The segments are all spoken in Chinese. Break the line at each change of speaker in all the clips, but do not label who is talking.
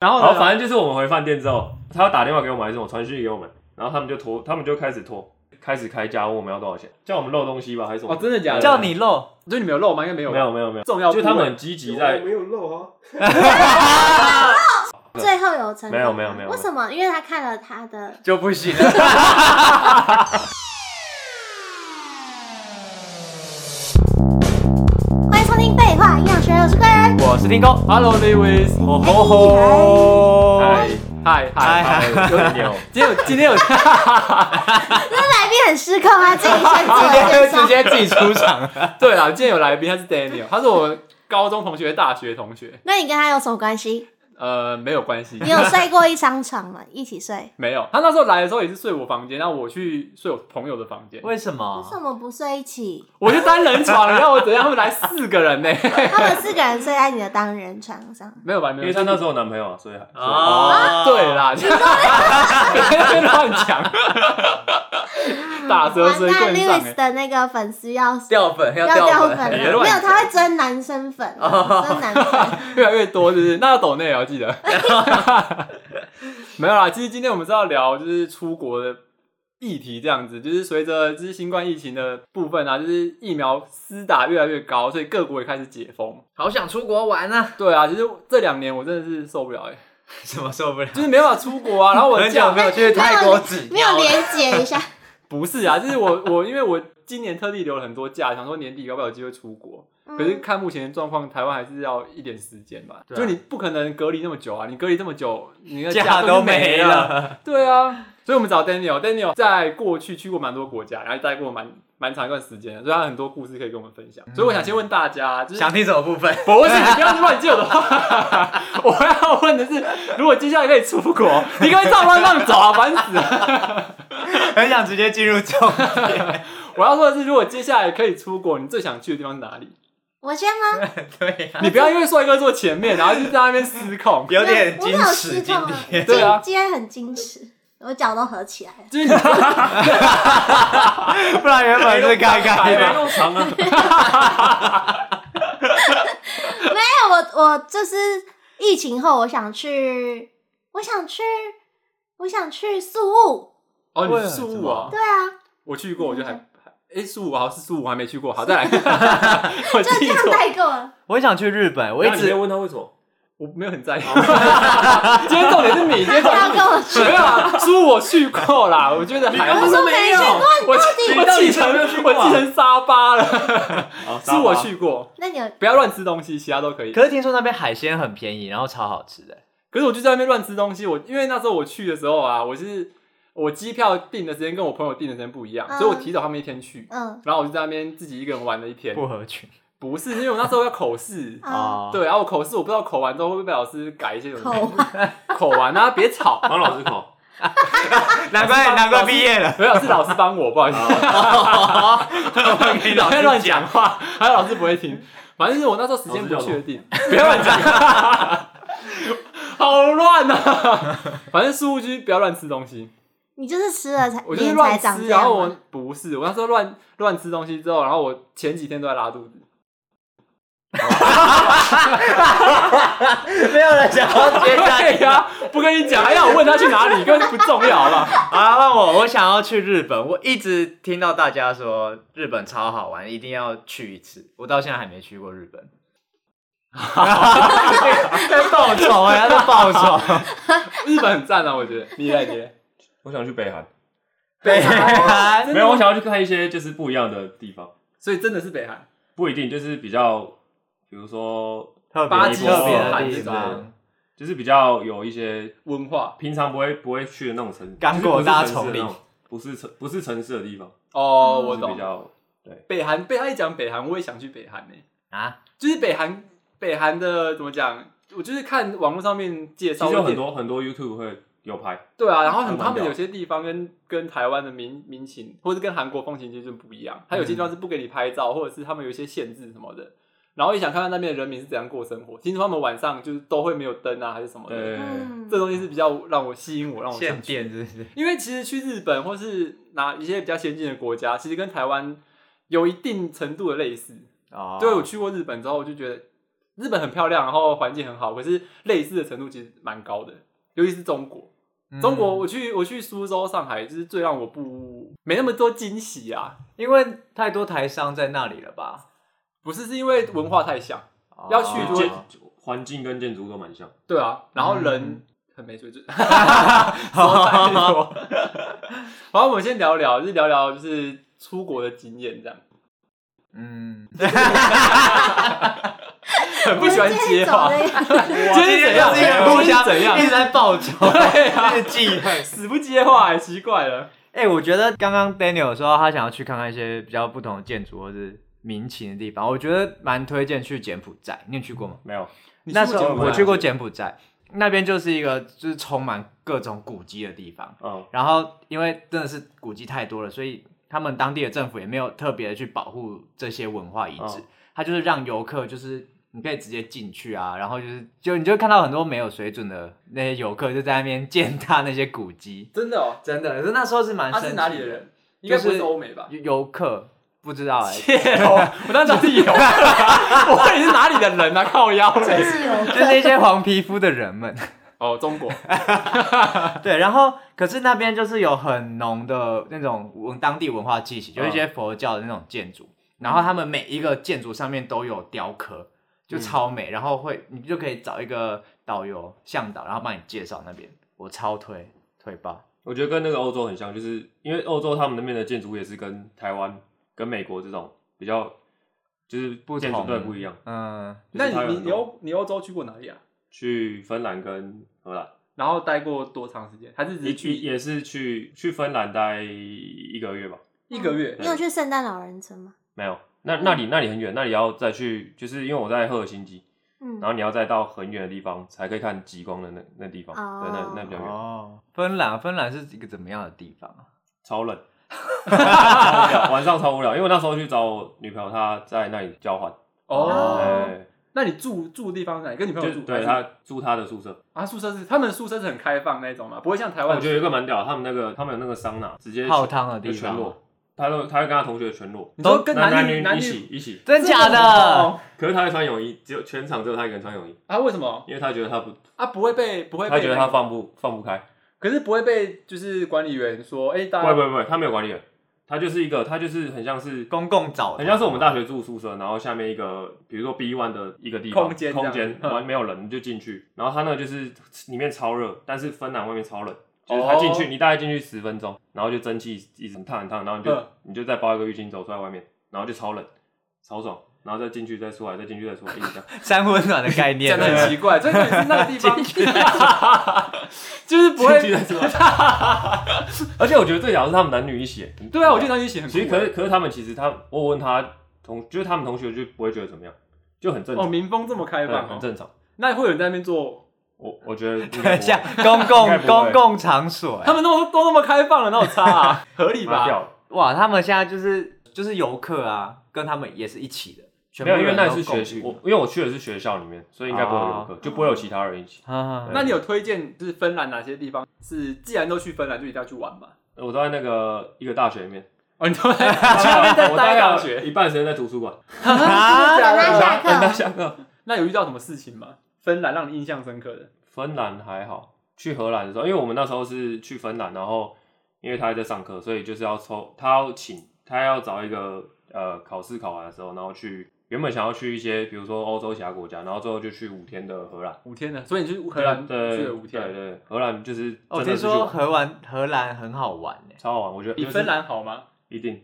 然后
然后
呢？
反正就是我们回饭店之后，他要打电话给我们还是我传讯息给我们，然后他们就拖，他们就开始拖，开始开价问我们要多少钱，叫我们漏东西吧还是什么？
哦，真的假的？
叫
你漏，
就你们有漏吗？应该没有吧。
没有没有没有，
重要部
就
位
他们很积极在
我没有漏啊，
哦
最后有成功吗
没有没有没有
为什么？因为他看了他的
就不行了。
欢迎收听废话营养学，我是贵 人。
我是丁工，
Hello, Lewis。
吼吼
哦
吼！
嗨
嗨
嗨
嗨，
嗨有 点
今天有今天有
这来宾很失控啊，自己先自己介绍
直接自己出场，
对啦，今天有来宾，他是 Daniel，他是我高中同学、大学同学，
那你跟他有什么关系？
呃，没有关系
你，有睡过一张床吗？一起睡？
没有。他那时候来的时候也是睡我房间，然后我去睡我朋友的房间，
为什么
为？什么不睡一起？
我就单人床，然后我怎样？他们来四个人呢、
他们四个人睡在你的单人床上，
没有吧？没
因
有，
为她那时候有男朋友啊，所以还
啊
哦，对啦，别乱讲，打蛇
完
随
蛋
棍上、
，Louis
欸。
的那个粉丝要
掉粉要
要掉
掉
粉了，
别
没
粉，哎
乱讲
有，他会争男生粉，啊争男生。
越来越多，就是那要抖内也要记得。 没有啦，其实今天我们是要聊就是出国的议题，这样子，就是随着就是新冠疫情的部分啊，就是疫苗施打越来越高，所以各国也开始解封。
好想出国玩啊！
对啊，其实这两年我真的是受不了哎、
什么受不了？
就是没办法出国啊。然后我的
很久
假
没有去泰国指
没有连接一下，
不是啊，就是我我因为我今年特地留了很多假，想说年底要不要有机会出国。可是
嗯
看目前的状况，台湾还是要一点时间吧。
对啊
就你不可能隔离那么久啊，你隔离这么久，你的
假
都
都
没
没
了。
了，
对啊，所以我们找 Daniel，Daniel 在过去去过蛮多国家，然后待过蛮蛮长一段时间的，所以他很多故事可以跟我们分享。所以我想先问大家，就是
想听什么部 分？
不是你不要乱接我的话， 我要问的是，如果接下来可以出国，你可以照方向走啊，烦死了。
很想直接进入重点。
我要说的是，如果接下来可以出国，你最想去的地方是哪里？
我先吗？
对
啊
呀，
你不要因为帅哥坐前面，然后就在那边失控。
有点
我没
矜
有
持
失
今
控啊，
天。
对啊
今今天很矜持，我脚都合起来了。
就是你
不然原本是开开
没
的。
弄 长啊，
没有，我我就是疫情后，我想去，我想去，我想去宿务。
哦，你是宿务啊？
对啊，
我去过，我就还还诶，宿务好像是宿务，我还没去过，好再来。我
就这
记
样
错，
带过了。
我也想去日本，我一
那你
直
先问她为什么？
我没有很在意。 今天重点是你，今天重点
他
是
要
你
跟。我去，
没有啊，宿务我去过啦， 我觉得还
我
好。
说没去过，
我
底
我继承
你到底去
我
过啊
继承沙巴了，
啊
是我，去过，
那你有
不要乱吃东西，其他都可以。
可是听说那边海鲜很便宜，然后超好吃的。
可是我就在那边乱吃东西，我因为那时候我去的时候啊，我是我机票订的时间跟我朋友订的时间不一样，
嗯
所以我提早他们一天去，
嗯，
然后我就在那边自己一个人玩了一天。
不合群哦
不是，因为我那时候要口试
啊
对，然后我口试我不知道口完之后会不会被老师改一些什
口
么口完啊，别吵，
帮老师考，
难怪难怪毕业了，
没有是老师帮我，不好意思，
给
不要乱讲话，还有老师不会听，反正是我那时候时间不
老师叫
确定，不要乱讲， 好乱啊！反正事务区不要乱吃东西，
你就是吃了才
我就是
脸才
乱
长
吃，
这
然
样
后我
吗。
不是，我那时候乱乱吃东西之后，然后我前几天都在拉肚子，
没有人想要接 下
对呀、不跟你讲，还要我问他去哪里，根本就不重要，好不好？
啊，那我我想要去日本，我一直听到大家说日本超好玩，一定要去一次。我到现在还没去过日本。在报仇哎、在报仇！
日本很赞啊，我觉得。你嘞，你嘞，
我想去北韩，
北韩
没有，我想要去看一些就是不一样的地方，
所以真的是北韩。
不一定就是比较，比如说
特
巴基斯
特别
坦这
地方
种
就是比较有一些
文化
平常不会不会去的那种城，
刚果大丛林
就是不是城市的那种不是城不是城市的地方，
哦，我
就是比
懂。
较
北韩被他一讲北韩，我也想去北韩呢、欸
啊，
就是北韩，北韩的怎么讲？我就是看网络上面介
其
绍
实有
一
很
点，
多很多 YouTube 会有拍，
对啊，然后很
还蛮
他们
屌
有些地方跟跟台湾的民民情，或者跟韩国风情其实就不一样。他有些地方是不给你拍照，或者是他们有一些限制什么的。然后也想看看那边的人民是怎样过生活。听说他们晚上就是都会没有灯啊，还是什么的。
呃，
嗯
这东西是比较让我吸引我，让我想
限
去。
电是不是？
因为其实去日本或是拿一些比较先进的国家，其实跟台湾有一定程度的类似。
哦
对，我去过日本之后，我就觉得日本很漂亮，然后环境很好，可是类似的程度其实蛮高的，尤其是中国。
嗯
中国，我去我去苏州、上海，就是最让我不没那么多惊喜啊，
因为太多台商在那里了吧？
不是是因为文化太像，
哦
要去就
就建
会
环境跟建筑都蛮像。
对啊，然后人
嗯
很没水准， 说太多。然后我们先聊聊，就是聊聊就是出国的经验，这样
嗯，
很不喜欢接话，
我
今
们
天是
这一种的
怎样？
自己互
今天是
相
怎样
一？直在报仇，
对 啊
一直记恨。
死不接话，奇怪了。
哎、我觉得刚刚 Daniel 说他想要去看看一些比较不同的建筑或是民情的地方，我觉得蛮推荐去柬埔寨。你有去过吗？
没有，
你
那
去
时
过
候
柬埔寨
我去过柬埔寨，那边就是一个就是充满各种古迹的地方。
嗯，
然后因为真的是古迹太多了，所以他们当地的政府也没有特别的去保护这些文化遗址，
哦
他就是让游客就是。你可以直接进去啊，然后就是就你就会看到很多没有水准的那些游客就在那边践踏那些古迹，
真的哦，
真的，可是那时候是蛮
他
生气
是哪里的人？应该不是欧美 吧？
游游客不知 道哎、
我当时是 有，我问你是哪里的人啊？靠腰
真是有
就是一些黄皮肤的人们。
哦，中国
对，然后可是那边就是有很浓的那种文当地文化气息，就是一些佛教的那种建筑，然后他们每一个建筑上面都有雕刻，就超美。然后会你就可以找一个导游向导，然后帮你介绍那边，我超推推爆。
我觉得跟那个欧洲很像，就是因为欧洲他们那边的建筑也是跟台湾、跟美国这种比较，就是
不
建筑
同
对不一样。
嗯，
那
就是它有
你你
很
你
多
欧你欧洲去过哪里啊？
去芬兰跟荷兰，
然后待过多长时间？还是只
也
是
去
去
也是去去芬兰待一个月吧？
一个月？
你有去圣诞老人村吗？
没有，那那
嗯
里那里很远，那里要再去，就是因为我在赫尔辛基，
嗯
然，后你要再到很远的地方才可以看极光的那那地方，
哦
对，那那比较远，
哦，芬兰，芬兰是一个怎么样的地方啊？
超冷，超无聊，晚上超无聊，因为我那时候去找我女朋友，她在那里交换，
哦，
哎
那你住住的地方在哪里？跟女朋友
就
住？还
对她
是
住她的宿舍，
啊，宿舍是他哦们宿舍是很开放那种嘛，不会像台湾。
我觉得有一个蛮屌的，他们那个他们有那个桑拿，直接
泡汤的地
就全
方吗，
裸，他都他会跟他同学全裸，
你说跟
男
男
女
男
一
女
起一起，
真假的？
哦
可是他会穿泳衣，只有全场只有他一个人穿泳衣，
啊？为什么
因为他觉得他不，
啊？不会被不会
他
被
觉得他放不放不开，
可是不会被就是管理员说哎，大
不会不
家
会不会，他没有管理员，他就是一个他就是很像是
公共澡堂，
很像是我们大学住宿舍，然后下面一个，比如说 B one 的一个地方
空间这
空
样
间
嗯
完没有人你就进去，然后它那个就是里面超热，但是芬兰外面超冷，就是它进去、
哦
你大概进去十分钟，然后就蒸汽一直很烫很烫，然后你就、
嗯
你就再包一个浴巾走出来外面，然后就超冷，超爽，然后再进去再出来，再进去再出来，一直这样。
三温暖的概 念，
讲的很奇怪，所以你是那个地方
进去
就是不会
进去再出来。 而且我觉得最屌的是他们男女一起，
对啊，我觉得男女写很
其实
酷
可是可是他们其实他我有问他同就是他们同学就不会觉得怎么样，就很正
哦，
常，
民风这么开
嗯对
放
很
哦，
正常。
那会有人在那边做
我我觉得 应该
等
不
一
会
下，公
应该
共
不会
公共场所、
他
欸，
们都都那么开放了，那有差 啊？合理
蛮
吧？
屌的。
哇，他们现在就是就是游客啊，跟他们也是一起的，全部
没有，因为
人都
那是学
共
校
浴，
我因为我去的是学校里面，所以应该不会
啊
有游客，就不会有其他人一起。
啊
那你有推荐就是芬兰哪些地方是既然都去芬兰就一定要去玩吗？
呃我都在那个一个大学里面，
哦，你都在 去那边在
我
待大
大概
学，
一半时间在图书馆，
啊 真的假的
等
等他下
到
课，
下课。
那有遇到什么事情吗？芬兰让你印象深刻的？
芬兰还好，去荷兰的时候，因为我们那时候是去芬兰，然后因为他还在上课，所以就是要抽，他要请，他要找一个呃考试考完的时候，然后去原本想要去一些比如说欧洲其他国家，然后最后就去五天的荷兰。
五天的，所以你去荷兰去
对
了
对
五
对
天，哦
对，荷兰就是
我
真
听
的是去
说
玩
荷兰荷兰很好玩欸呢、
超好玩，我觉得
比
就是
芬兰好吗？
一定，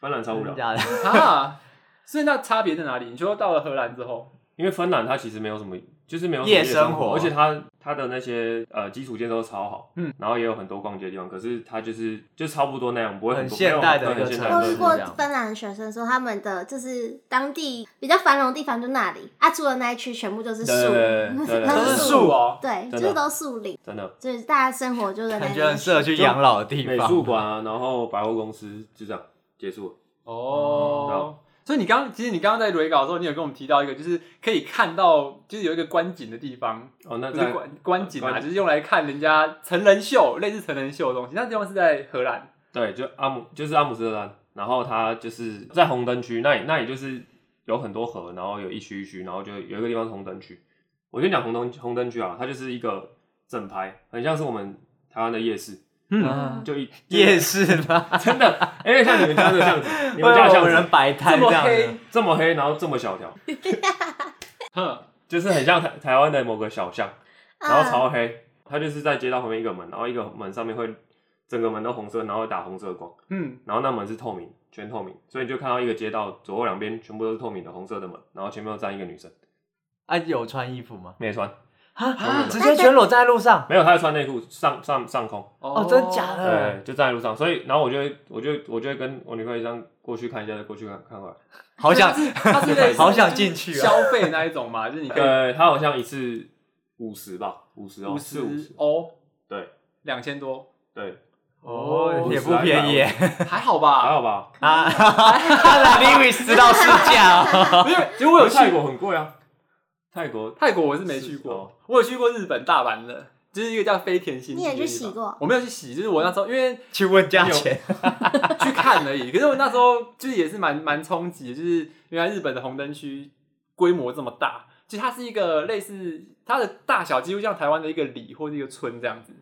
芬兰超无
真
聊
的，假的？
啊，所以那差别在哪里？你说到了荷兰之后，
因为芬兰它其实没有什么，就是没有什么
夜
生
生活
而且它它的那些呃基础建设都超好，
嗯，
然后也有很多逛街的地方，可是它就是就差不多那样，不会
很
多
现代的
没有很
一
很现
个
代
城
我
的
市
遇
东西
过芬兰的学生说，他们的就是当地比较繁荣的地方就那里啊，除了那一区全部都是树，
对对对对
都
都
对
是
是
树
树，
哦，
对，
真的
就是都树林，
真的
就是大家生活就是在那
感
边
觉很适合去养老的地
美
方。
术馆啊，然后百货公司就这样结束了。
哦。所以你刚，其实你刚刚在雷稿的时候，你有跟我们提到一个，就是可以看到，就是有一个观景的地方，
哦，那
不是
在
观观景啊，
观
就是用来看人家成人秀，类似成人秀的东西。那地方是在荷兰，
对，就阿姆就是阿姆斯特丹，然后它就是在红灯区，那里那里就是有很多河，然后有一区一区，然后就有一个地方是红灯区。我先讲红灯红灯区啊，它就是一个整排，很像是我们台湾的夜市，
嗯，
嗯，
就一
夜市吗？
真的，哎、像你们家的巷子，你们家的
会有
巷
人
子
摆摊
这么
这样
黑
子，
这么黑，然后这么小条，
嗯哼，
就是很像台台湾的某个小巷，然后
啊，
超黑，它就是在街道旁边一个门，然后一个门上面会整个门都红色，然后会打红色的光，
嗯，
然后那门是透明，全透明，所以你就看到一个街道左右两边全部都是透明的红色的门，然后前面又站一个女生，
啊，有穿衣服吗？
没穿，
啊，
啊
直接全裸站在路上，
没有，她是穿内裤上上上空，
哦，真的假？的？
嗯
对，就站在路上，所以然后我就会我就我就会跟我女朋友一样过去看一下，过去看看过来。
好想
他是 类似
好想进去啊！
消费那一种嘛，就是你可以
呃，他好像一次五十吧，五十哦，
五
四五十
十，欧，
对，
两千多，
对，
哦，
50
也不便宜
还好
还
吧？
好吧？
啊！ 看来 Lewis 知道市价哦。
因为其实我有
可是泰
去
国很贵啊，泰 国
泰国，我是没去
是哦
过，我有去过日本大阪的，就是一个叫飞田新地
你
的地
也
方。
去洗过
我没有去洗，就是我那时候因为
去问价钱，
去看而已。可是 我那时候就是也是蛮蛮冲击的，就是原来日本的红灯区规模这么大，其实它是一个类似它的大小几乎像台湾的一个里或者一个村这样子，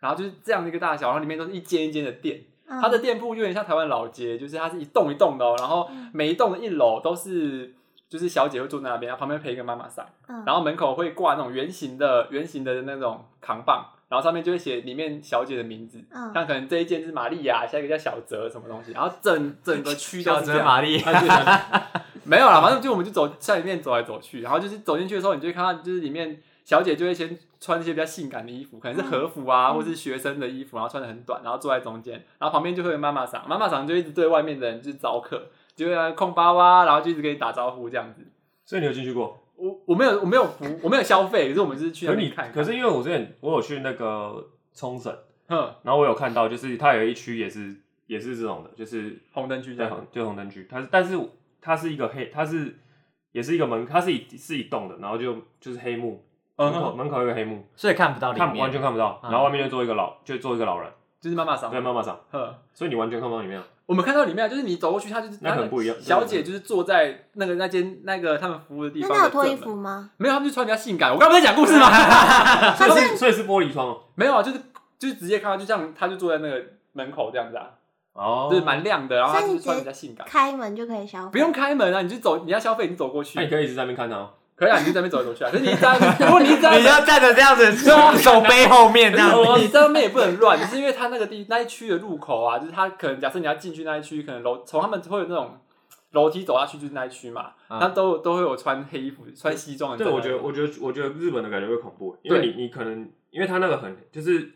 然后就是这样的一个大小，然后里面都是一间一间的店，
嗯
它的店铺就有点像台湾老街，就是它是一栋一栋的、哦，然后
嗯
每一栋的一楼都是。就是小姐会坐在那边，然后旁边陪一个妈妈桑，
嗯，
然后门口会挂那种圆形的、圆形的那种扛棒，然后上面就会写里面小姐的名字，
嗯
像可能这一间是玛利亚，下一个叫小泽什么东西，然后整整个区都
小
是这
泽
样。
玛丽，
他就想
没有啦，反正就我们就走在里面走来走去，然后就是走进去的时候，你就会看到就是里面小姐就会先穿一些比较性感的衣服，可能是和服啊，
嗯
或是学生的衣服，然后穿的很短，然后坐在中间，然后旁边就会有妈妈桑，妈妈桑就一直对外面的人就是招客，就会来哎空巴哇，然后就一直跟你打招呼这样子。
所以你有进去过？
我我没有我没有服我没有消费，可是我们就是去
可
那
是你
里看看。
可是因为我之前我有去那个冲绳，
哼，
然后我有看到，就是它有一区也是也是这种的，就是
红灯区这
对
样。
红就红灯区，它是但是它是一个黑，它是也是一个门，它是一是一栋的，然后就就是黑幕，门口
嗯，
门口有一个黑幕，
所以看不到里
看完
面
全。看不到，
嗯
然后外面就坐一个老就坐一个老人，
就是妈妈桑
对，。妈妈桑。
哼。
所以你完全看不到里面啊。
我们看到里面啊就是你走过去，他就是
那很不一样
小姐就是坐在那个那间那个他们服务的地
那
方。
他有脱衣服？吗？
没有，他们就穿比较性感。我刚不是在讲故事吗？
他
啊所以
是
是所以是玻璃窗哦
没有啊，就是就是直接看到，就像他就坐在那个门口这样子啊，
哦，
就是蛮亮的，然后他
所以
就
你
是穿比
直接
较
啊
性感，
开门就可以消费，
不用开门啊，你就走，你要消费你走过去
那，你可以一直在那边看他哦。
可以啊，你就在那边走来走去啊。可是你一直 在那边，如果你一直在那
你
边
要站着这样子，手手背后面 这样 子。
你在外面也不能乱，就是因为他那个地那一区的入口啊，就是他可能假设你要进去那一区，可能楼从他们会有那种楼梯走下去就是那一区嘛，
嗯
他都有都会有穿黑衣服、穿西装的在
对，
那
我
里。
觉得，我觉得，我觉得日本的感觉会恐怖，欸因为
对
你你可能因为他那个很就是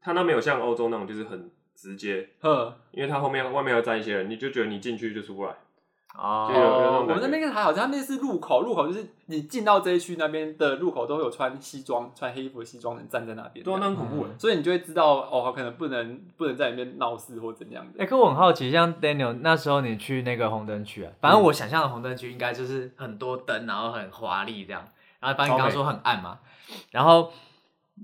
他那没有像欧洲那种就是很直接，
嗯，
因为他后面外面要站一些人，你就觉得你进去就出不来。
哦
对有有那
哦
种感觉
我们那边还好，他那是入口，入口就是你进到这一区那边的入口都会有穿西装、穿黑衣服的西装人站在那边，
对啊，那很恐怖哎。
所以你就会知道哦，可能不能不能在里面闹事或怎样
哎、
的。
可我很好奇，像 Daniel 那时候你去那个红灯区
嗯
啊，反正我想象的红灯区应该就是很多灯，然后很华丽这样。然后反正你刚刚说很暗嘛，然后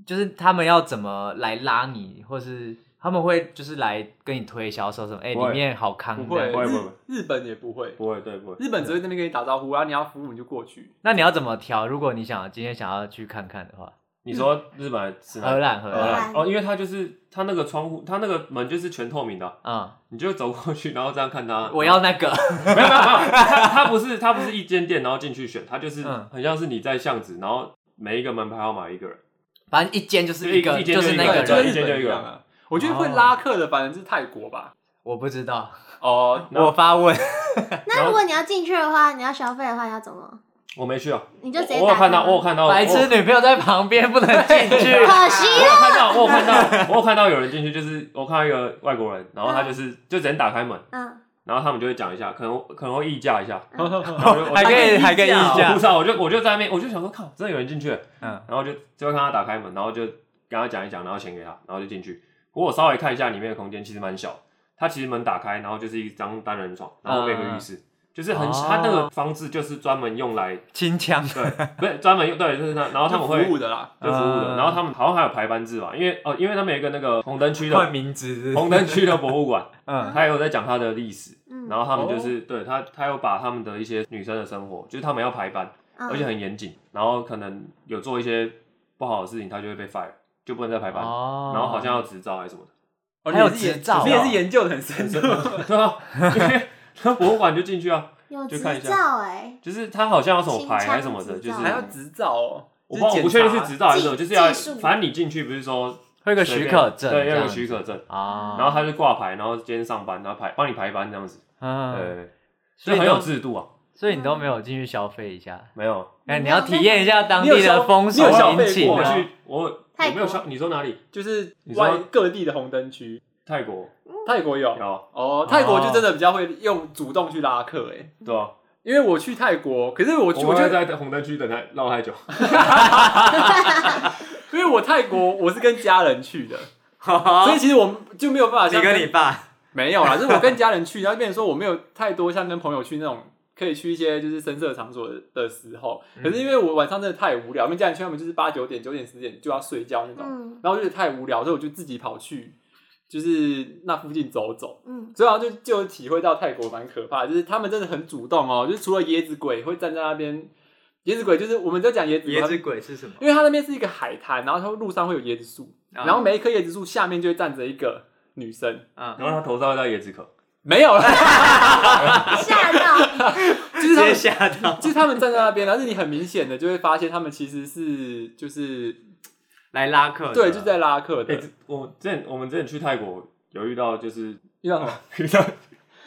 就是他们要怎么来拉你，或是他们会就是来跟你推销说什么？哎、
不会
里面好康
不
这
会，
样。
不会
日
不会
日本也不会，
不会，对，不会。
日本只会那边跟你打招呼，然后你要服务你就过去。
那你要怎么挑？如果你想今天想要去看看的话，
你说日本还是哪
荷
里
兰荷
荷
兰，
兰哦，因为他就是他那个窗户，他那个门就是全透明的啊，
嗯，
你就走过去，然后这样看他。
我要那个，
没有没有没有，他他不是他不是一间店，然后进去选，他就是
嗯
很像是你在巷子，然后每一个门牌号码一个人。
反正一间就是一个，
一间
就
就是一
那
个
个
对，就
人，
是
一间
日
就
本
一
一
个
样啊。我觉得会拉客的反正是泰国吧。
我不知道，
哦，
我发问。
那如果你要进去的话，你要消费的话，你要怎么？
我没去啊，
你就直接
我我有
打
看到，
开
我有看到，
白痴
我
女朋友在旁边不能进去。
可惜
我有看到，我有看到，我有看到有人进去，就是我看到一个外国人，然后他就是就只能打开门，
嗯，
然后他们就会讲一下，可能可能会议价一下，
哦
还可以还可以议
我
价
不知道，我就我就在那边，我就想说，靠，真的有人进去，
嗯
嗯，然后就就会看他打开门，然后就跟他讲一讲，然后钱给他，然后就进去。不过我稍微看一下里面的空间，其实蛮小，它其实门打开，然后就是一张单人床，然后后面有个浴室。就是很，
嗯哦
他那个房子就是专门用来，
清腔，
对，不是专门用，对，就是那，然后他们会
服务的啦，
对服务
嗯
的。然后他们好像还有排班制吧，因为哦，因为他们有一个那个红灯区
换
的
名字是不是
红灯区的博物馆，
嗯
他也有在讲它的历史，
嗯
然后他们
哦
就是、对他，他有把他们的一些女生的生活，就是他们要排班，
嗯
而且很严谨，然后可能有做一些不好的事情，他就会被 fire，就不能再排班，
哦
然后好像要执照还是什么的。
哦
还有
你也是
执照
你也
啊
是研究的很深入。
对啊，因 为那博物馆就进去啊，
有
就
执
看一下
照哎，
就是他好像要什么牌
清
还是什么
仓
的，
执
就
照
是
还要执照哦，
我
就
忘
是
我不
检
确
查
定是执照还是什么，
技
就是要
技术
反正你进去不是说
会有个
随
许
便
可证，
对，要
这
有
样
个
子
许可证，
啊，
然后他就挂牌，然后今天上班，然后排帮你排班这样子，
嗯，
对，所
所
以
以
很
你
有
都
制度啊，
所以你都没有进去消费一下，
没有。
哎，
你
你
有
要体验一下当
你有
地
消
的风
你有
俗
消费
民情
过
我
吗
啊。
去我我
泰
没有
国
消，你说哪里？
就是
你说
外各地的红灯区，
泰国
泰国有
有啊
哦，泰国就真的比较会用主动去拉客哎、欸
对啊，
因为我去泰国，可是我去我觉
会
得，
在红灯区等太绕太久，
因为我泰国我是跟家人去的，所以其实我就没有办法
你
像
跟你爸，
没有啦，就是我跟家人去，然后变成说我没有太多像跟朋友去那种可以去一些就是深色场所的的时候。可是因为我晚上真的太无聊，跟家人去他们就是八九点、九点、十点就要睡觉那种，
嗯
然后我就觉得太无聊，所以我就自己跑去就是那附近走走。
嗯，
所以我就就体会到泰国蛮可怕的，就是他们真的很主动哦，就是除了椰子鬼会站在那边，椰子鬼就是我们在讲椰子鬼，
椰子鬼是什么？
因为它那边是一个海滩，然后它路上会有椰子树，
啊
然后每一棵椰子树下面就会站着一个女生，
嗯，
然后他头上戴椰子壳，
没有了，
吓到，
就是他们
吓 到，
就是他们站在那边，但是你很明显的就会发现他们其实是就是
来拉客的，
对，就是在拉客
哎、
的，
这我之前我们之前去泰国有遇到，就是
遇到什么？
遇到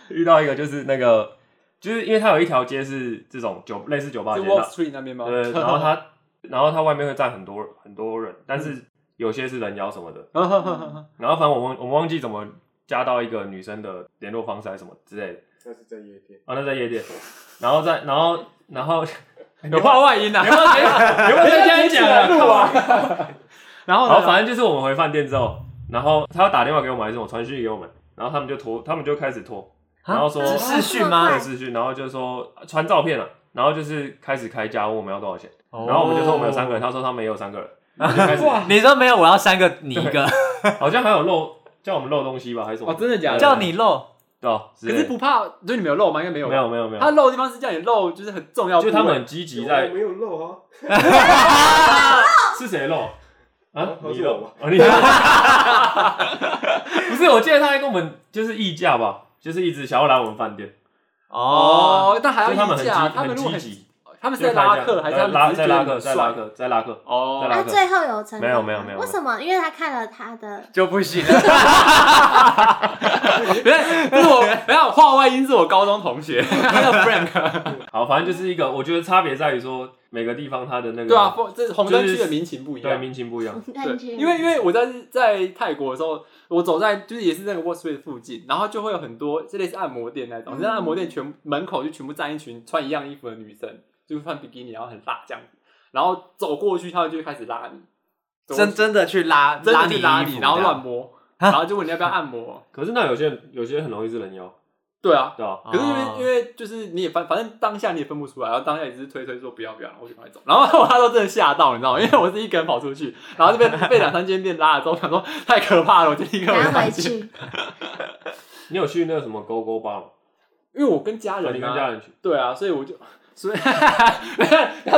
遇到一个就是那个，就是因为它有一条街是这种酒类似酒吧
是
街，
Wall Street 那边吗？
对，然后它然后它外面会站很多很多人，但是有些是人妖什么的，
他
然后反正我忘我忘记怎么加到一个女生的联络方式还是什么之类的，
那是在夜店，
啊，那在夜店，然后在然后然后
有话外音啊，有没 有
有没有在
在
这 样讲啊
录啊？然后
然
呢
后？反正就是我们回饭店之后，然后他要打电话给我们还是我传讯息给我们，然后他们就拖，他们就开始拖，
啊
然后说啊
是视讯吗
对视讯，然后就说传照片了，然后就是开始开价问我们要多少钱，
哦
然后我们就说我们有三个人，他说他们也有 三个人，然后就开始
你说没有，我要三个，你一个，
好像还有漏叫我们漏东西吧还是什么？
哦，真的假的？
叫你漏，
对啊，可
可是不怕，就你们有漏吗？应该没有吧。
没有没有没
他
有，
漏的地方是叫你漏，就是很重要的
就
部位。
他们很积极在
我没有漏啊，
是谁漏啊？
好
你
是
漏
我吧
哦，你 不是？我记得他还跟我们就是议价吧，就是一直想要来我们饭店，
哦，
哦，但还要
就他们
议
很
价，他
积
们如果
很
很
积，极。
他们是在拉客还是他
呃拉
们只
在
是
拉
觉
客，
得
在
很
拉
帅？
客，在拉客。在拉
哦，
那最后有成功吗
没有没有没有
为什么？因为他看了他的，
就不 行，
不是，不是我， 没有话外音是我高中同学，他叫 Frank。
好，反正就是一个，我觉得差别在于说每个地方它的那个
对啊，风这是红灯
就
区
是
的民情不一
对
样。
民情不一样。
感觉
因为因为我在在泰国的时候，我走在就是也是那个 Wall Street 附近，然后就会有很多这类似按摩店那种，
嗯
那、按摩店全门口就全部站一群穿一样衣服的女生，就是穿比基尼，然后很辣这样子，然后走过去，他们就会开始拉你，走过
真
去
真的去拉
真的
你
去拉
衣
你，
服
然后
这
乱
样
摸，然后就问你要不要按摩，
可是那有些有些很容易是人妖，
对啊。
对吧？
可是因为、
哦
因为就是你也反反正当下你也分不出来，然后当下也只是推推说不要不要，然后我就赶快走。然 后他都真的吓到，你知道吗？因为我是一个人跑出去，然后就被 被两三间店拉了之后，想说 太可怕了，我就立刻
拿
回
回
房间。
去，
你有去那个什么勾勾吧吗？
因为我跟家人、啊，
哦你跟家人去，
对啊，所以我就，所以 他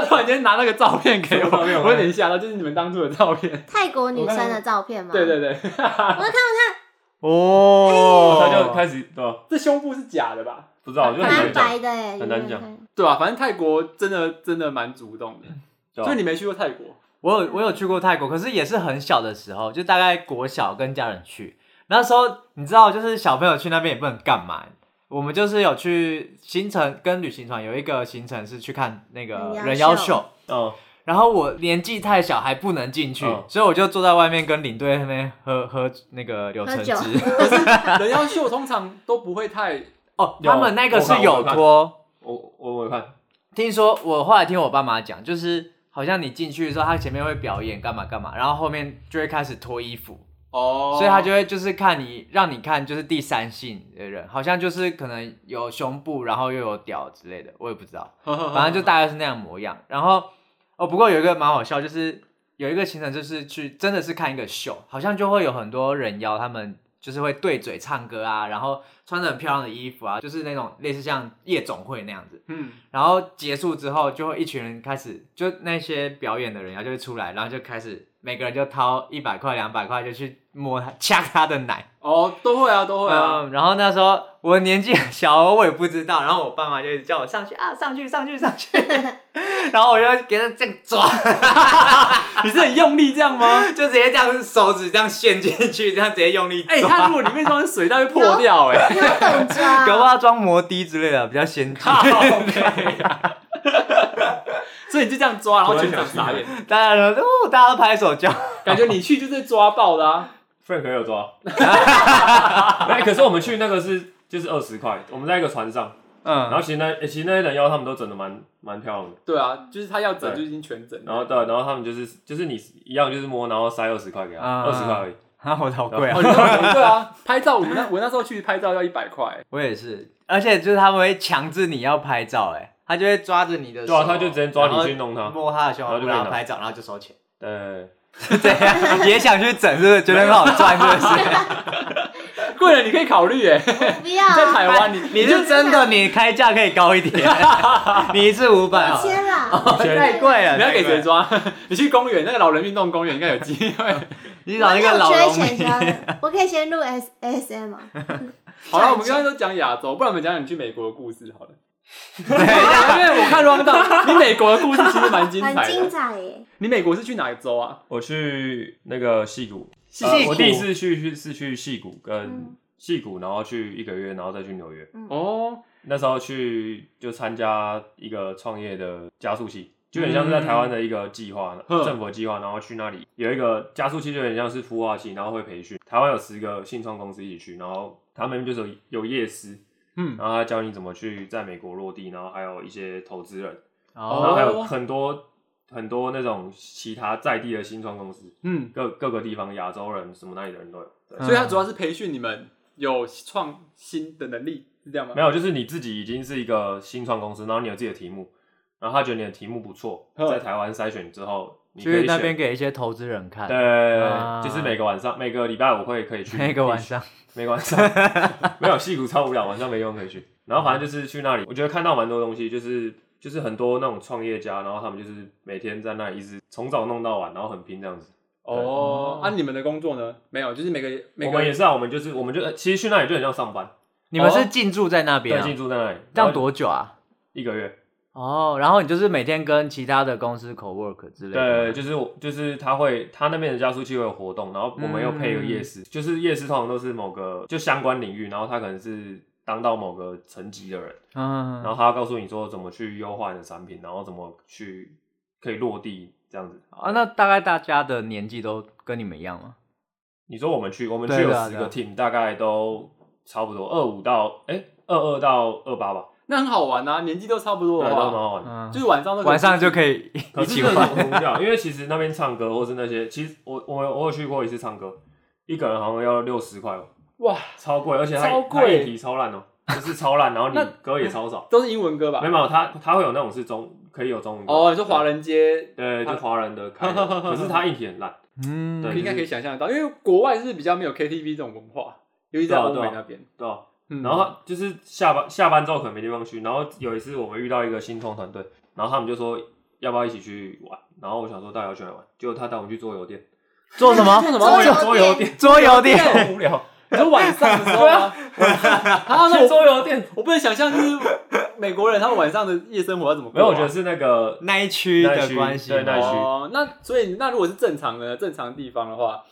突然间拿那个照片给
什么
我，
照片
我有点吓到，就是你们当初的照片。
泰国女生的照片吗？
对对对，
哦，
他就开始对吧？
这胸部是假的吧？
不知道，就很
蛮
难讲。
白的哎，
很难讲
你看。
对啊，反正泰国真的真的蛮主动的，
对
所
啊
以
吧
你没去过泰国，
我有我有去过泰国，可是也是很小的时候，就大概国小跟家人去。那时候你知道，就是小朋友去那边也不能干嘛。我们就是有去行程跟旅行团有一个行程是去看那
哎
个
人
人
妖
妖
秀
秀，
嗯，
然后我年纪太小还不能进去，
哦
嗯
所以我就坐在外面跟领队那边喝喝那个柳橙
喝酒
汁。
人妖秀通常都不会太
哦，
有
他们那个
我看
是有
我看
托，
我我我有看，
听说我后来听我爸妈讲，就是好像你进去的时候，他前面会表演干嘛干嘛，然后后面就会开始脱衣服。
哦，
所以他就会就是看你，让你看就是第三性的人，好像就是可能有胸部，然后又有屌之类的，我也不知道，
哦
反正就大概是那样模样。然后哦，不过有一个蛮好笑，就是有一个行程就是去真的是看一个秀，好像就会有很多人妖，他们就是会对嘴唱歌啊，然后穿着很漂亮的衣服啊，就是那种类似像夜总会那样子。
嗯，
然后结束之后，就会一群人开始，就那些表演的人，然后就会出来，然后就开始每个人就掏一百块、两百块，就去摸他、掐他的奶。
哦，都会啊，都会啊，
嗯，然后那时候我年纪很小，我也不知道，然后我爸妈就一直叫我上去啊，上去，上去，上去，然后我就给他这样抓，
你是很用力这样吗？
就直接这样手指这样陷进去，这样直接用力 抓，
哎，它如果里面装水，它会破掉哎。
你要 懂啊抓，
搞不好装摩的之类的，比较先进。
所以你就这样抓，然后全场傻眼，
当然了，哦，大家都拍手叫，
感觉你去就是抓爆的啊。
Frank 有抓，哎，可是我们去那个是就是二十块，我们在一个船上，然
嗯，
后其实那欸其实那些人妖他们都整的蛮蛮漂亮的，
对啊，就是他要整
对
就已经全整了，
然后对，啊然后他们就是就是你一样就是摸，然后塞二十块给他，
啊
二十块而已，
然后我好贵啊
哦，，你说 对啊，拍照我们那我那时候去拍照要一百块，
我也是，而且就是他们会强制你要拍照，哎，他就会抓着你的手，
对啊，他就直接抓
然后
你去弄他，
摸他的胸
然后
部，
就
然
被拿
后拍照，然后就收钱。
对，
怎样？也想去整，是不是？觉得很好赚，是不 是？
贵人你可以考虑哎，
不要
在台湾 你
你是真的，你开价可以高一 点，你一次五百，啊
五千啦，
太贵了。
你要给谁
太贵了？
抓？ 你去公园那个老人运动公园应该有机 会。
你
我
找那
没
个
有
老
缺
农
钱
民。
的，我可以先录 S S M 啊，
好了，我们刚才都讲亚洲，不然我们讲讲你去美国的故事好 了。 因为我看 r u n d o w 你美国的故事其实蛮精
很
彩
精
的。
彩耶。
你美国是去哪个州啊？
我去那个戏谷，
戏
呃
谷
我第一次去去是去戏谷跟
嗯
戏谷，然后去一个月，然后再去纽约。
哦，
那时候去就参加一个创业的加速器，就很像是在台湾的一个计划，
嗯
政府的计划，然后去那里有一个加速器，就有点像是孵化器，然后会培训。台湾有十个信创公司一起去，然后他们就是有有夜师，
嗯，
然后他教你怎么去在美国落地，然后还有一些投资人，然后
哦，
还有很多很多那种其他在地的新创公司，
嗯，
各各个地方亚洲人什么那里的人都有。对
嗯
所以它主要是培训你们有创新的能力，是这样吗？
没有，就是你自己已经是一个新创公司，然后你有自己的题目，然后他觉得你的题目不错，
嗯
在台湾筛选之后，你可
去
以
那边
选。
给一些投资人看。啊
对，就是每个晚上，每个礼拜我会可以去，
那个晚上，
每个晚上没有戏骨超无聊，晚上没用可以去。然后反正就是去那里，我觉得看到蛮多东西，就是就是很多那种创业家，然后他们就是每天在那里一直从早弄到晚，然后很拼这样子。
哦，
哦
啊，你们的工作呢？没有，就是每个每
我
个
们也是啊，我们就是我们就其实去那里就很像上班，
你们是进驻在那边
哦对，
啊？
进驻在那里，
这样
多
多久啊？
一个月。
哦，然后你就是每天跟其他的公司 co work 之类的
对，
吗。
就是我，就是他会，他那边的加速器会有活动，然后我们又配一个夜市，就是夜市通常都是某个就相关领域，然后他可能是当到某个层级的人，
嗯，
然后他要告诉你说怎么去优化你的产品，然后怎么去可以落地这样子。
啊，那大概大家的年纪都跟你们一样吗？
你说我们去，我们去
对
有
对啊
十个 team，大概都差不多二五到哎二二到二八吧，
那很好玩啊，年纪都差不多
对，
了
都蛮
啊，
好玩的。
嗯，
就是晚上都可以
晚上就可以
可
一
是
起
真的
玩。
很无聊，因为其实那边唱歌或是那些，其实我我我有去过一次唱歌，一个人好像要六十块哦。
哇，
超贵，而且它
超贵
它议题超烂哦、就是超烂，然后
那
你歌也超少，
都是英文歌吧
没？有，没有，它它会有那种是中可以有中文歌
哦，你说华，人啊街
对，就华人的开的，可是它议题很烂，
嗯，
对
应该可以想象得到，因为国外是比较没有 KTV 这种文化，尤其在
对啊
欧
对
美
啊
那边。
对吧？
嗯
然后它就是下班下班之后可能没地方去，然后有一次我们遇到一个新创团队，然后他们就说要不要一起去玩，然后我想说到底要去哪里玩，结果他带我们去桌游店，
做什 么？
桌游
桌游
店
店，
桌游店。
好无 聊，
你说晚上的时候 吗？啊，那
去
我
桌游店，
我不能想象，就是美国人他们晚上的夜生活要怎么过啊？
没有，我觉得是那个
那一区
那一
的
区
关系吗，
对那一区
哦，那所以那如果是正常的正常地方的话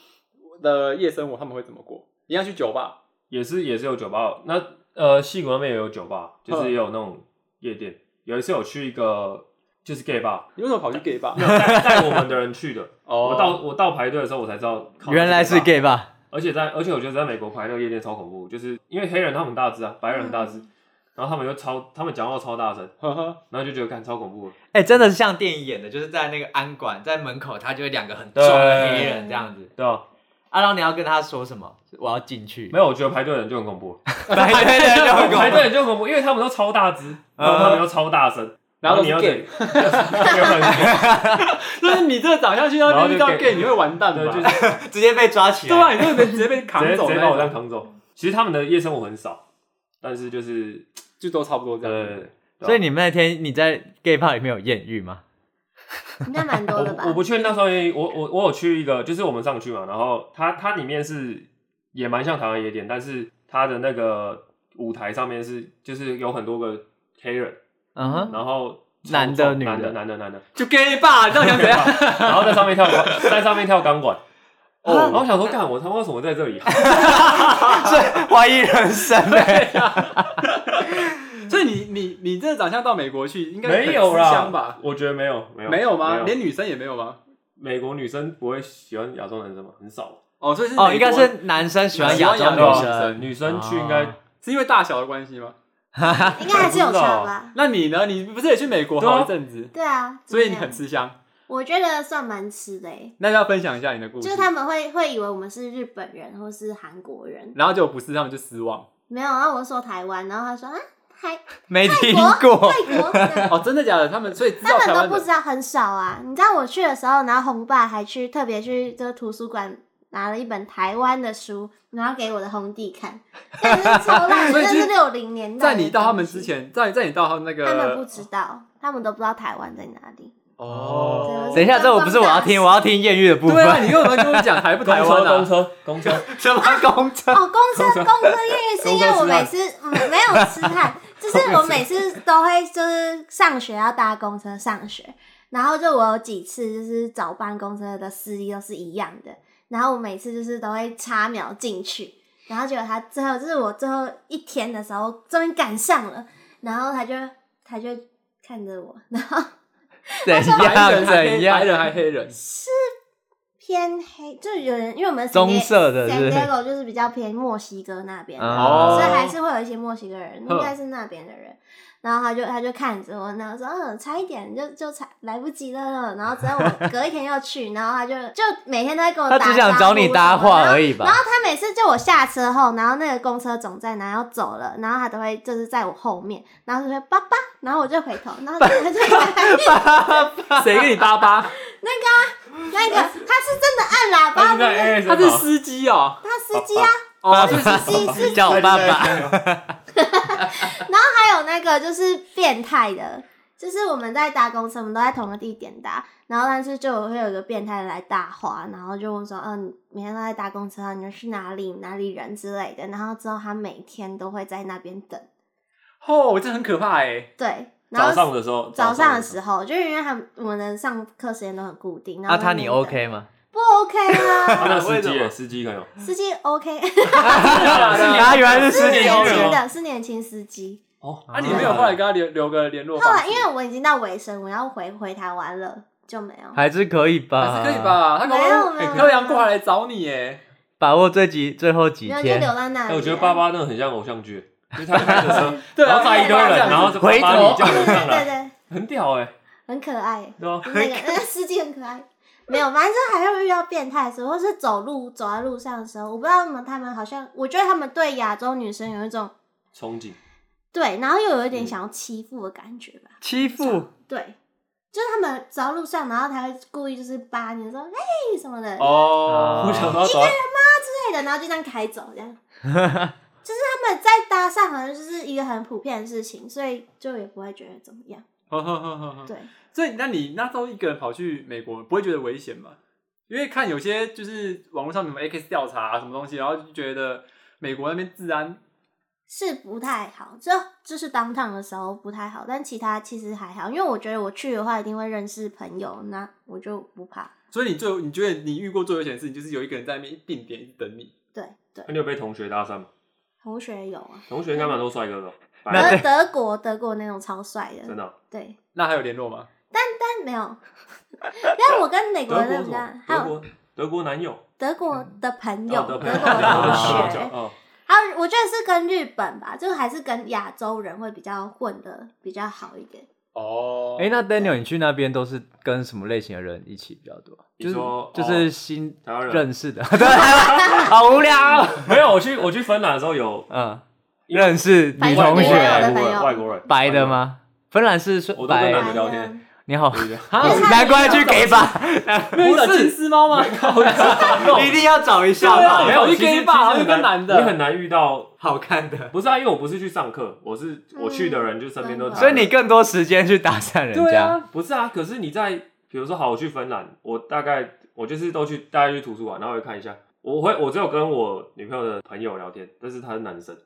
的夜生活，他们会怎么过？一样去酒吧？
也是也是有酒吧，那呃戏谷那边也有酒吧，就是也有那种夜店。有一次有去一个就是 gay bar，
你为什么跑去 gay 吧？
没有带带我们的人去的。
哦
我到我到排队的时候，我才知道靠
原来是
这个
gay 吧？
bar 而且在而且我觉得在美国排队夜店超恐怖，就是因为黑人他们很大只啊，白人很大只，然后他们又超他们讲话超大声，
呵呵，
然后就觉得看超恐怖的。
哎、真的是像电影演的，就是在那个安馆，在门口，他就会两个很
对
壮的黑人这样子。
对啊，
啊，然后你要跟他说什么？我要进去。
没有，我觉得排队的人就很恐怖，
白人就
排队
会
的人就很恐怖，因为他们都超大只，然后他们又超大声，
然后都
你
是
又
gay，
得
就是你这个长下去，然后遇到
然后就 gay
gay，你会完蛋的
对
吧
就？
直接被抓起来。
对啊，你这个直接被扛
直接
走
直接把我这
那
样
种，
扛走。其实他们的夜生活很少，但是就是
就都差不多这样。
呃，
所以你们那天你在 gay bar 里面有艳遇吗？
应该蛮多
我
的吧
不我？不确定那时候也，我我我有去一个，就是我们上去嘛，然后它它里面是也蛮像台湾夜店，但是它的那个舞台上面是就是有很多个黑人，
嗯哼，
然后
男的女的
男的男的男的，
就 gay 吧，你到底想怎样？
然后在上面跳钢在上面跳 钢管。哦，
啊
然后想说，干我他妈为什么在这里啊？
所以怀疑人生哎。
所以你你你这个长相到美国去，应该
没有
很吃香
啦
吧，？
我觉得没有，没有，
没有吗？
没
连女生也没有吗？
美国女生不会喜欢亚洲男生吗？很少，啊
哦，所以是美
哦，
国
应该是男生喜欢亚洲
喜欢亚
女
洲
生，
女生去应该
哦
是因为大小的关系吗？
应该还是有差吧？
那你呢？你不是也去美国好一阵子，
对啊，
所以
怎
你
么样
很吃香。
我觉得算蛮吃的诶，
那要分享一下你的故
就
事
是，他们会会以为我们是日本人或是韩国人，
然后就不是，他们就失望。
没有，然后我说台湾，然后他说啊，台
没听
泰
过
国，泰国，这样
哦，真的假的？他们所以知
他
道台
们都
湾
不知
的
道，很少啊。你知道我去的时候，然后红爸还去特别去这个图书馆拿了一本台湾的书，然后给我的红弟看，但是超 烂，
所以
真的
其
是
实
六零年代。
在你到他们之，前，在在你到他们那个
他们不知道，他们都不知道台湾在哪里。
哦
等一下，这我不是我要听，我要听艳遇的部
对啊，你
分。
为什么跟我讲台不台湾
公
啊？
车公车公车，
什么公 车？
哦，公车公车艳遇是因为我每次嗯没有痴汉，就是我每次都会就是上学要搭公车上学，然后就我有几次就是早班公车的司机都是一样的，然后我每次就是都会插秒进去，然后结果他最后就是我最后一天的时候终于赶上了，然后他就他就看着我， 然后
怎
啊白
样
人还黑
怎
白
样？
人还黑人，
偏黑，就有人因为我们
棕色的是不
San
是
Diego 就是比较偏墨西哥那边的，
哦
所以还是会有一些墨西哥人，
呵
应该是那边的人。然后他就他就看着我，然后说：“嗯，差一点就就差来不及了。”然后只要我隔一天要去，然后他就就每天都在跟 我
他
打
只想找你搭话而
已。
已
然后
吧？
他每次就我下车后，然后那个公车总站然后要走了，然后他都会就是在我后面，然后就说爸爸，然后我就回头，然后他就他就
谁跟你搭巴？
那个他是真的按喇叭
他
的
是在
那个，
A S
他是司机哦，
他司机啊，
哦，
爸
是
爸
司机司机
叫我爸爸。
还有那个就是变态的，就是我们在搭公车，我们都在同个地点搭，然后但是就会有一个变态的来搭话，然后就问说，嗯、你每天都在搭公车啊，你们是哪里哪里人之类的，然后之后他每天都会在那边等，
哦，这很可怕 哎。
对，然
早
后
上的时候，
早上
候
的时候，就是因为他们我们的上课时间都很固定，
那
然后
啊他你
在那边
OK 吗？
等不 OK
他
啊？
那个司机
为什
耶，
么
司机可能有
司机 OK，
啊，原来是
是
十
年
年
轻
前。
的，是年轻司机。
哦，
啊，你没有后来跟他留留个联络
后
方
来
式？
因为我已经到尾声，我要回回台湾了，就没有。
还是可以吧，
还是可以？吧？他搞
没有
不
没有
好漂洋哎过海来找你欸耶。
把握最几最后几
没有就留
天，
在那里、啊
哎，我觉得爸爸那个很像偶像剧，就是他开着车，
对
然
啊，
后载一堆
这
人，
样子
然 后就
回
把
头
你叫
对
人
对
上
对
来，
对，
很屌哎，
很可爱。
对吧？
那个 那个司机很可爱，没有，反正还会遇到变态的时候，或是走路走在路上的时候，我不知道为什么他们好像，我觉得他们对亚洲女生有一种
憧憬，
对，然后又有一点想要欺负的感觉吧。
欺负
对，就是他们走在路上，然后他会故意就是扒你说嘿什么的
哦，
我想到早上
之类的，然后就这样开走这样。就是他们在搭讪，好像就是一个很普遍的事情，所以就也不会觉得怎么样。
呵呵呵呵呵
对，
所以，那你那时候一个人跑去美国，不会觉得危险吗？因为看有些就是网络上什么 X 调查、啊、什么东西，然后就觉得美国那边治安
是不太好，就就是当趟的时候不太好，但其他其实还好，因为我觉得我去的话一定会认识朋友，那我就不怕。
所以你最你觉得你遇过最危险的事情，就是有一个人在那边一定点一直等你。
对对，
你有被同学搭讪吗？
同学有啊，
同学应该蛮多帅哥的，哦白
那
德
人
德国德国那种超帅的，
真的
对，
那还有联络吗？
但没有，但我跟美
德
国
国
人
什
比较，
么？
还
德
有
国德国男友，
德国的朋友，
哦
德
德
国
友
的同
同
学
学，，哦，
还有我觉得是跟日本吧，就还是跟亚洲人会比较混的比较好一点。
哦，
哎、那 Daniel，你去那边都是跟什么类型的人一起比较多？就
你
是
哦
说
就是新
台湾人
认识的， 对，好无聊。啊
没有，我去我去芬兰的时候有
嗯，认识女
外
同
国
外
人
学
的朋友
外国人，
白的？吗？芬兰是说
我都
白
跟，
白
男的聊
的
天，
你好，
对不
啊
难怪去给吧，
没有金丝猫吗？
一定要找一下
对啊
吧，
对
没
没
有
有
一
其实
个一把
其实
一个
很
男的
你很难遇到。
好看的，
不是啊，因为我不是去上课，我是我去的人就身边都是
嗯
男的。
所以你更多时间去搭讪人
对
家，
啊，
不是啊，可是你在比如说好，我去芬兰，我大概我就是都去大概去图书馆，然后会看一下。我会我只有跟我女朋友的朋友聊天，但是他是男生，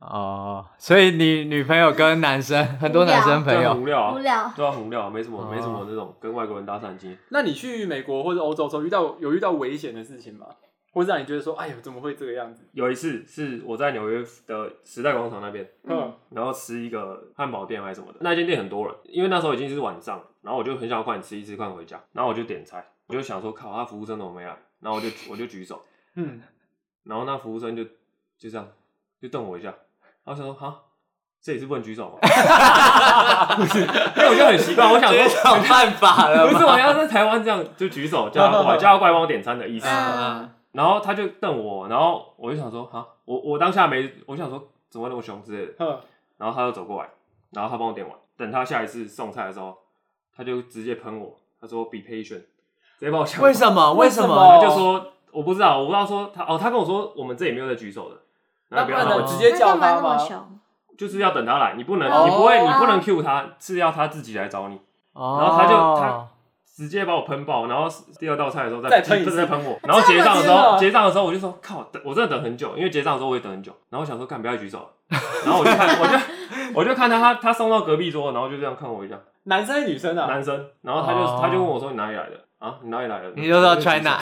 哦，所以你女朋友跟男生很多男生
这
朋
样
友
很无聊啊，
无聊。
对啊，很无聊啊，没什么
哦
没什么那种跟外国人搭讪经验。
那你去美国或者欧洲的时候，遇到有遇到危险的事情吗？或者让你觉得说，哎呦，怎么会这个样子？
有一次是我在纽约的时代广场那边，
嗯，
然后吃一个汉堡店还是什么的，那间店很多人，因为那时候已经是晚上，然后我就很想要快点吃一吃，快点回家，然后我就点菜，我就想说靠，他服务生怎么没来？然后我就我就举手，
嗯，
然后那服务生就就这样就瞪我一下，然后想说哈，这也是不能举手吗？ 因为我就很习惯，我想
直接
说
想办法了
不
吗
是我要在台湾这样就举手叫他过来，叫他过来帮我点餐的意思。
嗯，
啊
然后他就瞪我，然后我就想说哈，我我当下没，我想说怎么那么凶之类的，
哼，
然后他就走过来，然后他帮我点完，等他下一次送菜的时候，他就直接喷我，他说 be patient，直接把我呛
为什么？
为
为
什
什
么
么？
他就说我不知道，我不知道说他哦，他跟我说我们这里没有在举手的，
那
不
不
要
然
让
呢
我
直
直接
接
那
叫
干嘛
他
那么
吗？
凶？
就是要等他来，你不能、
哦
你不会你
啊
不能 cue 他，是要他自己来找你，然
然
后他就
哦
他直接把我喷爆，然后第二道菜的时候再
再喷一次
再喷我，然后结账的时
这么
候
直接
结账的时候我就说靠，等我真的等很久，因为结账的时候我也等很久，然后我想说干不要举手了，然后我就看 我就我就看他他他送到隔壁桌，然后就这样看我一下，
男生还是女生啊？
男生，然后他就、
哦
他就问我说你哪里来的啊？你哪里来的？
你就说 China，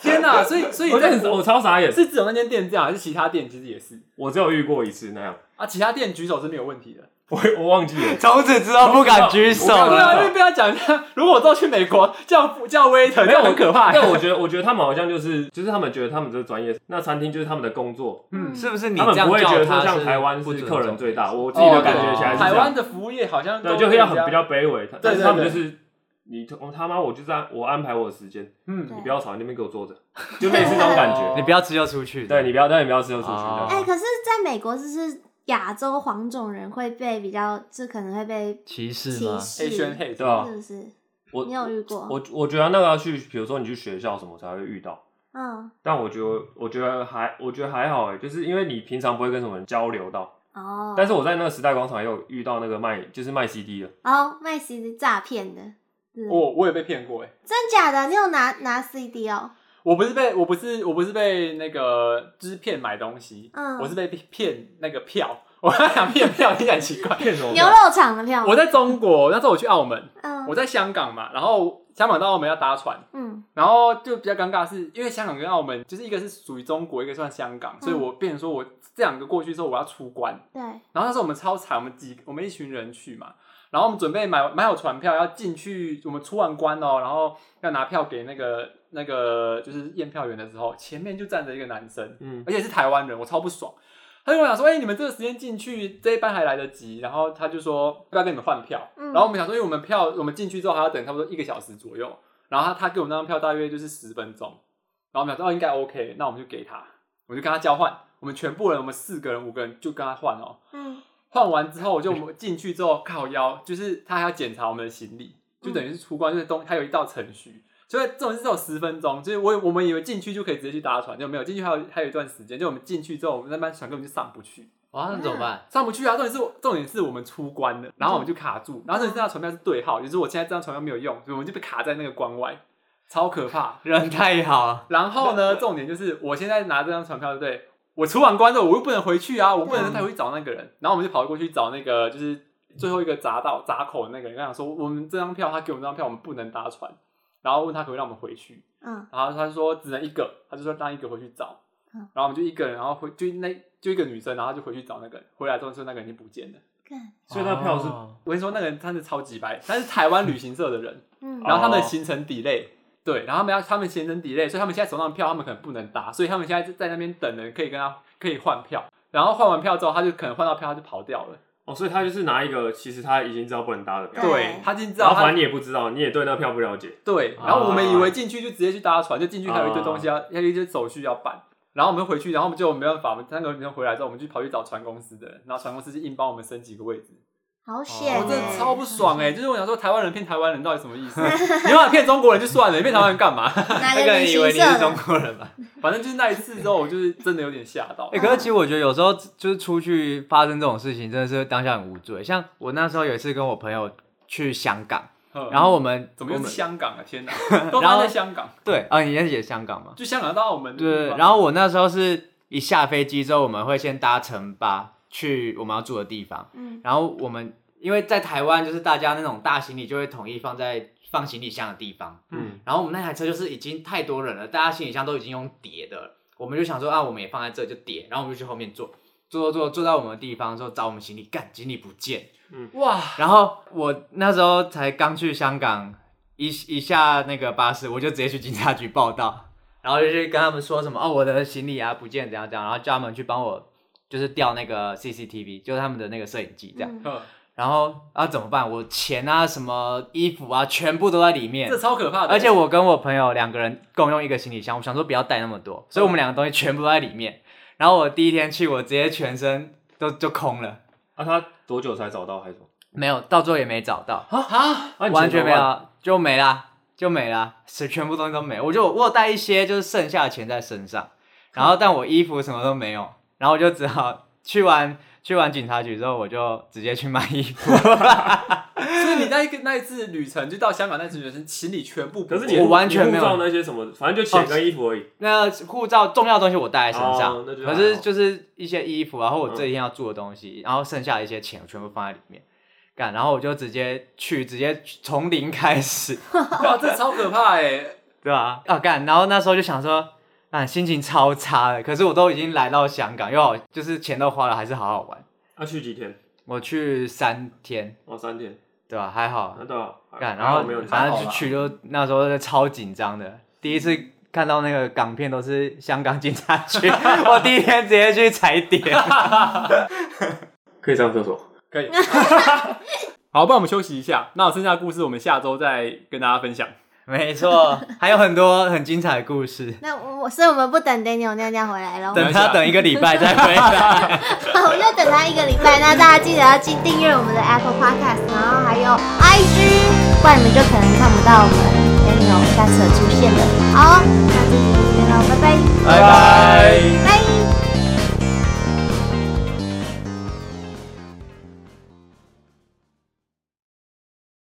天哪！所以所以
我就
在
很
国
我超傻眼，
是只有那间店这样，还是其他店其实也是
我只有遇过一次那样，
啊？其他店举手是没有问题的。
我我忘记了。
从此之后不敢举手
我
对
没有
啊，因
了。
为被他讲一 下，如果我之后去美国叫叫 waiter，这样很可 怕。
但我觉得，我觉得他们好像就是，就是他们觉得他们这个专业，那餐厅就是他们的工作，
嗯
是不是你
他
这
们
样
不会
叫
觉得说
他是
像台湾
不
是
尊
客人
重
最
自
大，
己
我自己的感
哦
觉
对
起来是
台
这
湾
样，
的服务业好像
对，
都
就会要很
这样
比较卑微，但是
对
他们
对
就是你哦他妈，我就在我安排我的时间，
嗯
对
你不要吵，你那边给我坐着，就类似这种感
哦
觉，
你不要吃就出去。
对你不要，但你不要吃又出去
哦
哎、
的，
可是在美国，就是亚洲黄种人会被比较，就可能会被
歧视
歧
吗？
视，
Asian
是
hate 哦
对吧？
不是？
我
你有遇过？
我我觉得那个要去，比如说你去学校什么才会遇到，
嗯，
但我觉得我觉得还我觉得还好哎，就是因为你平常不会跟什么人交流到，
哦，
但是我在那个时代广场也有遇到那个卖就是卖 CD 的，
哦，卖 CD 诈骗的，是
我我也被骗过哎，
真假的？你有拿拿 CD 哦？
我不是被我不是我不是被那个支骗买东西，
嗯
我是被骗那个票。 我刚想骗票，听起来很奇怪。
骗什么
牛肉厂的票吗？
我在中国，那时候我去澳门，
嗯
我在香港嘛，然后香港到澳门要搭船，
嗯
然后就比较尴尬是，因为香港跟澳门就是一个是属于中国，一个算香港，所以我变成说我这两个过去之后我要出关，
对，
然后那时候我们超惨，我们几我们一群人去嘛，然后我们准备买买好船票要进去，我们出完关哦，然后要拿票给那个那个就是验票员的时候，前面就站着一个男生，
嗯
而且是台湾人，我超不爽。他就跟我讲说：“哎、你们这个时间进去，这一班还来得及。”然后他就说：“要不要跟你们换票？”
嗯
然后我们想说，因为我们票我们进去之后还要等差不多一个小时左右，然后他他给我们那张票大约就是十分钟，然后我们想说、哦、应该 OK，那我们就给他，我就跟他交换，我们全部人我们四个人五个人就跟他换哦，
嗯
换完之后，我就我们进去之后靠腰，就是他还要检查我们的行李，就等于是出关，就是东还有一道程序。所以这种是只有十分钟，就是我我们以为进去就可以直接去搭船，就没有进去还有还有一段时间。就我们进去之后，我们那班船根本就上不去，
哇，那怎么办？嗯
上不去啊！重点是重点是我们出关了，然后我们就卡住，然后重点是那张船票是对号，也就是我现在这张船票没有用，所以我们就被卡在那个关外，超可怕。
人太好了，
然后呢，重点就是我现在拿这张船票，对不对？我出完关之后，我又不能回去啊，我不能再回去找那个人。然后我们就跑过去找那个，就是最后一个闸道闸口的那个人，跟他讲说，我们这张票，他给我们这张票，我们不能搭船。然后问他可不可以让我们回去，
嗯
然后他就说只能一个，他就说让一个回去找。
嗯
然后我们就一个人，然后回就那就一个女生，然后就回去找那个人。回来之后说那个人已经不见了。
干
所以那票是
哦
我跟你说，那个人他是超级白，他是台湾旅行社的人。
嗯
然后他们
哦
行程 delay，对，然后他们要他们行程 delay，所以他们现在手上的票他们可能不能搭，所以他们现在就在那边等人可以跟他可以换票，然后换完票之后他就可能换到票他就跑掉了，
哦，所以他就是拿一个其实他已经知道不能搭的票，
对
他已经知
然
道
后反
啊他
正你也啊不知道，你也对那票不了解，啊
对，然后我们以为进去就直接去搭船，就进去还有一堆东西要还有一堆手续要办，然后我们回去，然后我们就没办法，我们三个女生回来之后，我们就跑去找船公司的人，然后船公司就硬帮我们升几个位置，
好险、欸！
哦我真的超不爽哎、就是我想说，台湾人骗台湾人到底什么意思？你要骗中国人就算了，你骗台湾人干嘛？
哪
那个
个
人以为你是中国人吧？
反正就是那一次之后，我就是真的有点吓到
哎、。可是其实我觉得有时候就是出去发生这种事情，真的是当下很无罪。像我那时候有一次跟我朋友去香港，然后我们
哦怎么又是
我们
香港啊？ 天哪，都发生在香港，
对啊、你也是也香港嘛？
就香港到澳门的地
对。
方。
然后我那时候是一下飞机之后，我们会先搭城巴去我们要住的地方，
嗯，
然后我们因为在台湾就是大家那种大行李就会统一放在放行李箱的地方，
嗯，
然后我们那台车就是已经太多人了，大家行李箱都已经用叠的了，我们就想说啊，我们也放在这就叠，然后我们就去后面坐，坐坐坐坐到我们的地方的时候找我们行李，干行李不见，
哇，
然后我那时候才刚去香港，一一下那个巴士我就直接去警察局报到，然后就去跟他们说什么哦我的行李啊不见怎样怎样，然后叫他们去帮我就是调那个 CCTV，就是他们的那个摄影机这样，
嗯
嗯
然后啊怎么办？我钱啊什么衣服啊全部都在里面
这，超可怕的。
而且我跟我朋友两个人共用一个行李箱，我想说不要带那么多，所以我们两个东西全部都在里面。然后我第一天去，我直接全身都就空了，
啊，他多久才找到还是什么？
没有，到最后也没找到，
啊啊，
啊，你
完全没
钱怎么办。
有，就没啦，就没啦，是全部东西都没有。我就我有带一些就是剩下的钱在身上，然后但我衣服什么都没有，然后我就只好去完去完警察局之后，我就直接去买衣服。
所以你那一个那一次旅程就到香港那次旅程，行李全部不
可是
见
你
我完全没
你
有哦
护照那些什么，反正就钱跟衣服而已。
那护照重要的东西我带在身上，
哦那就还
可
好
是就是一些衣服啊，或我这一天要住的东西，然后剩下的一些钱我全部放在里面。干，然后我就直接去，直接从零开始，
哇，这超可怕哎！
对吧、啊？干，然后那时候就想说，啊，心情超差的。可是我都已经来到香港，又好就是钱都花了，还是好好玩。
他去几天？
我去三天，
哦，三天。
对吧、还好
那，对啊，
干，然
还好
后
没有哦人
反
好
查
正
啦
就去就那时候就超紧张的，第一次看到那个港片都是香港警察局， 我第一天直接去踩点。
可以上厕所。
可以，好，不然我们休息一下。那剩下的故事我们下周再跟大家分享。
没错，还有很多很精彩的故事，
那我我所以我们不等 Daniel 尿尿回来喽，
等他等一个礼拜再回来。
我就等他一个礼拜。那大家记得要记订阅我们的 Apple Podcast，然后还有 IG，不然你们就可能看不到我们 Daniel 下次的出现了。好，那这集就先到，拜拜，
拜拜。
拜。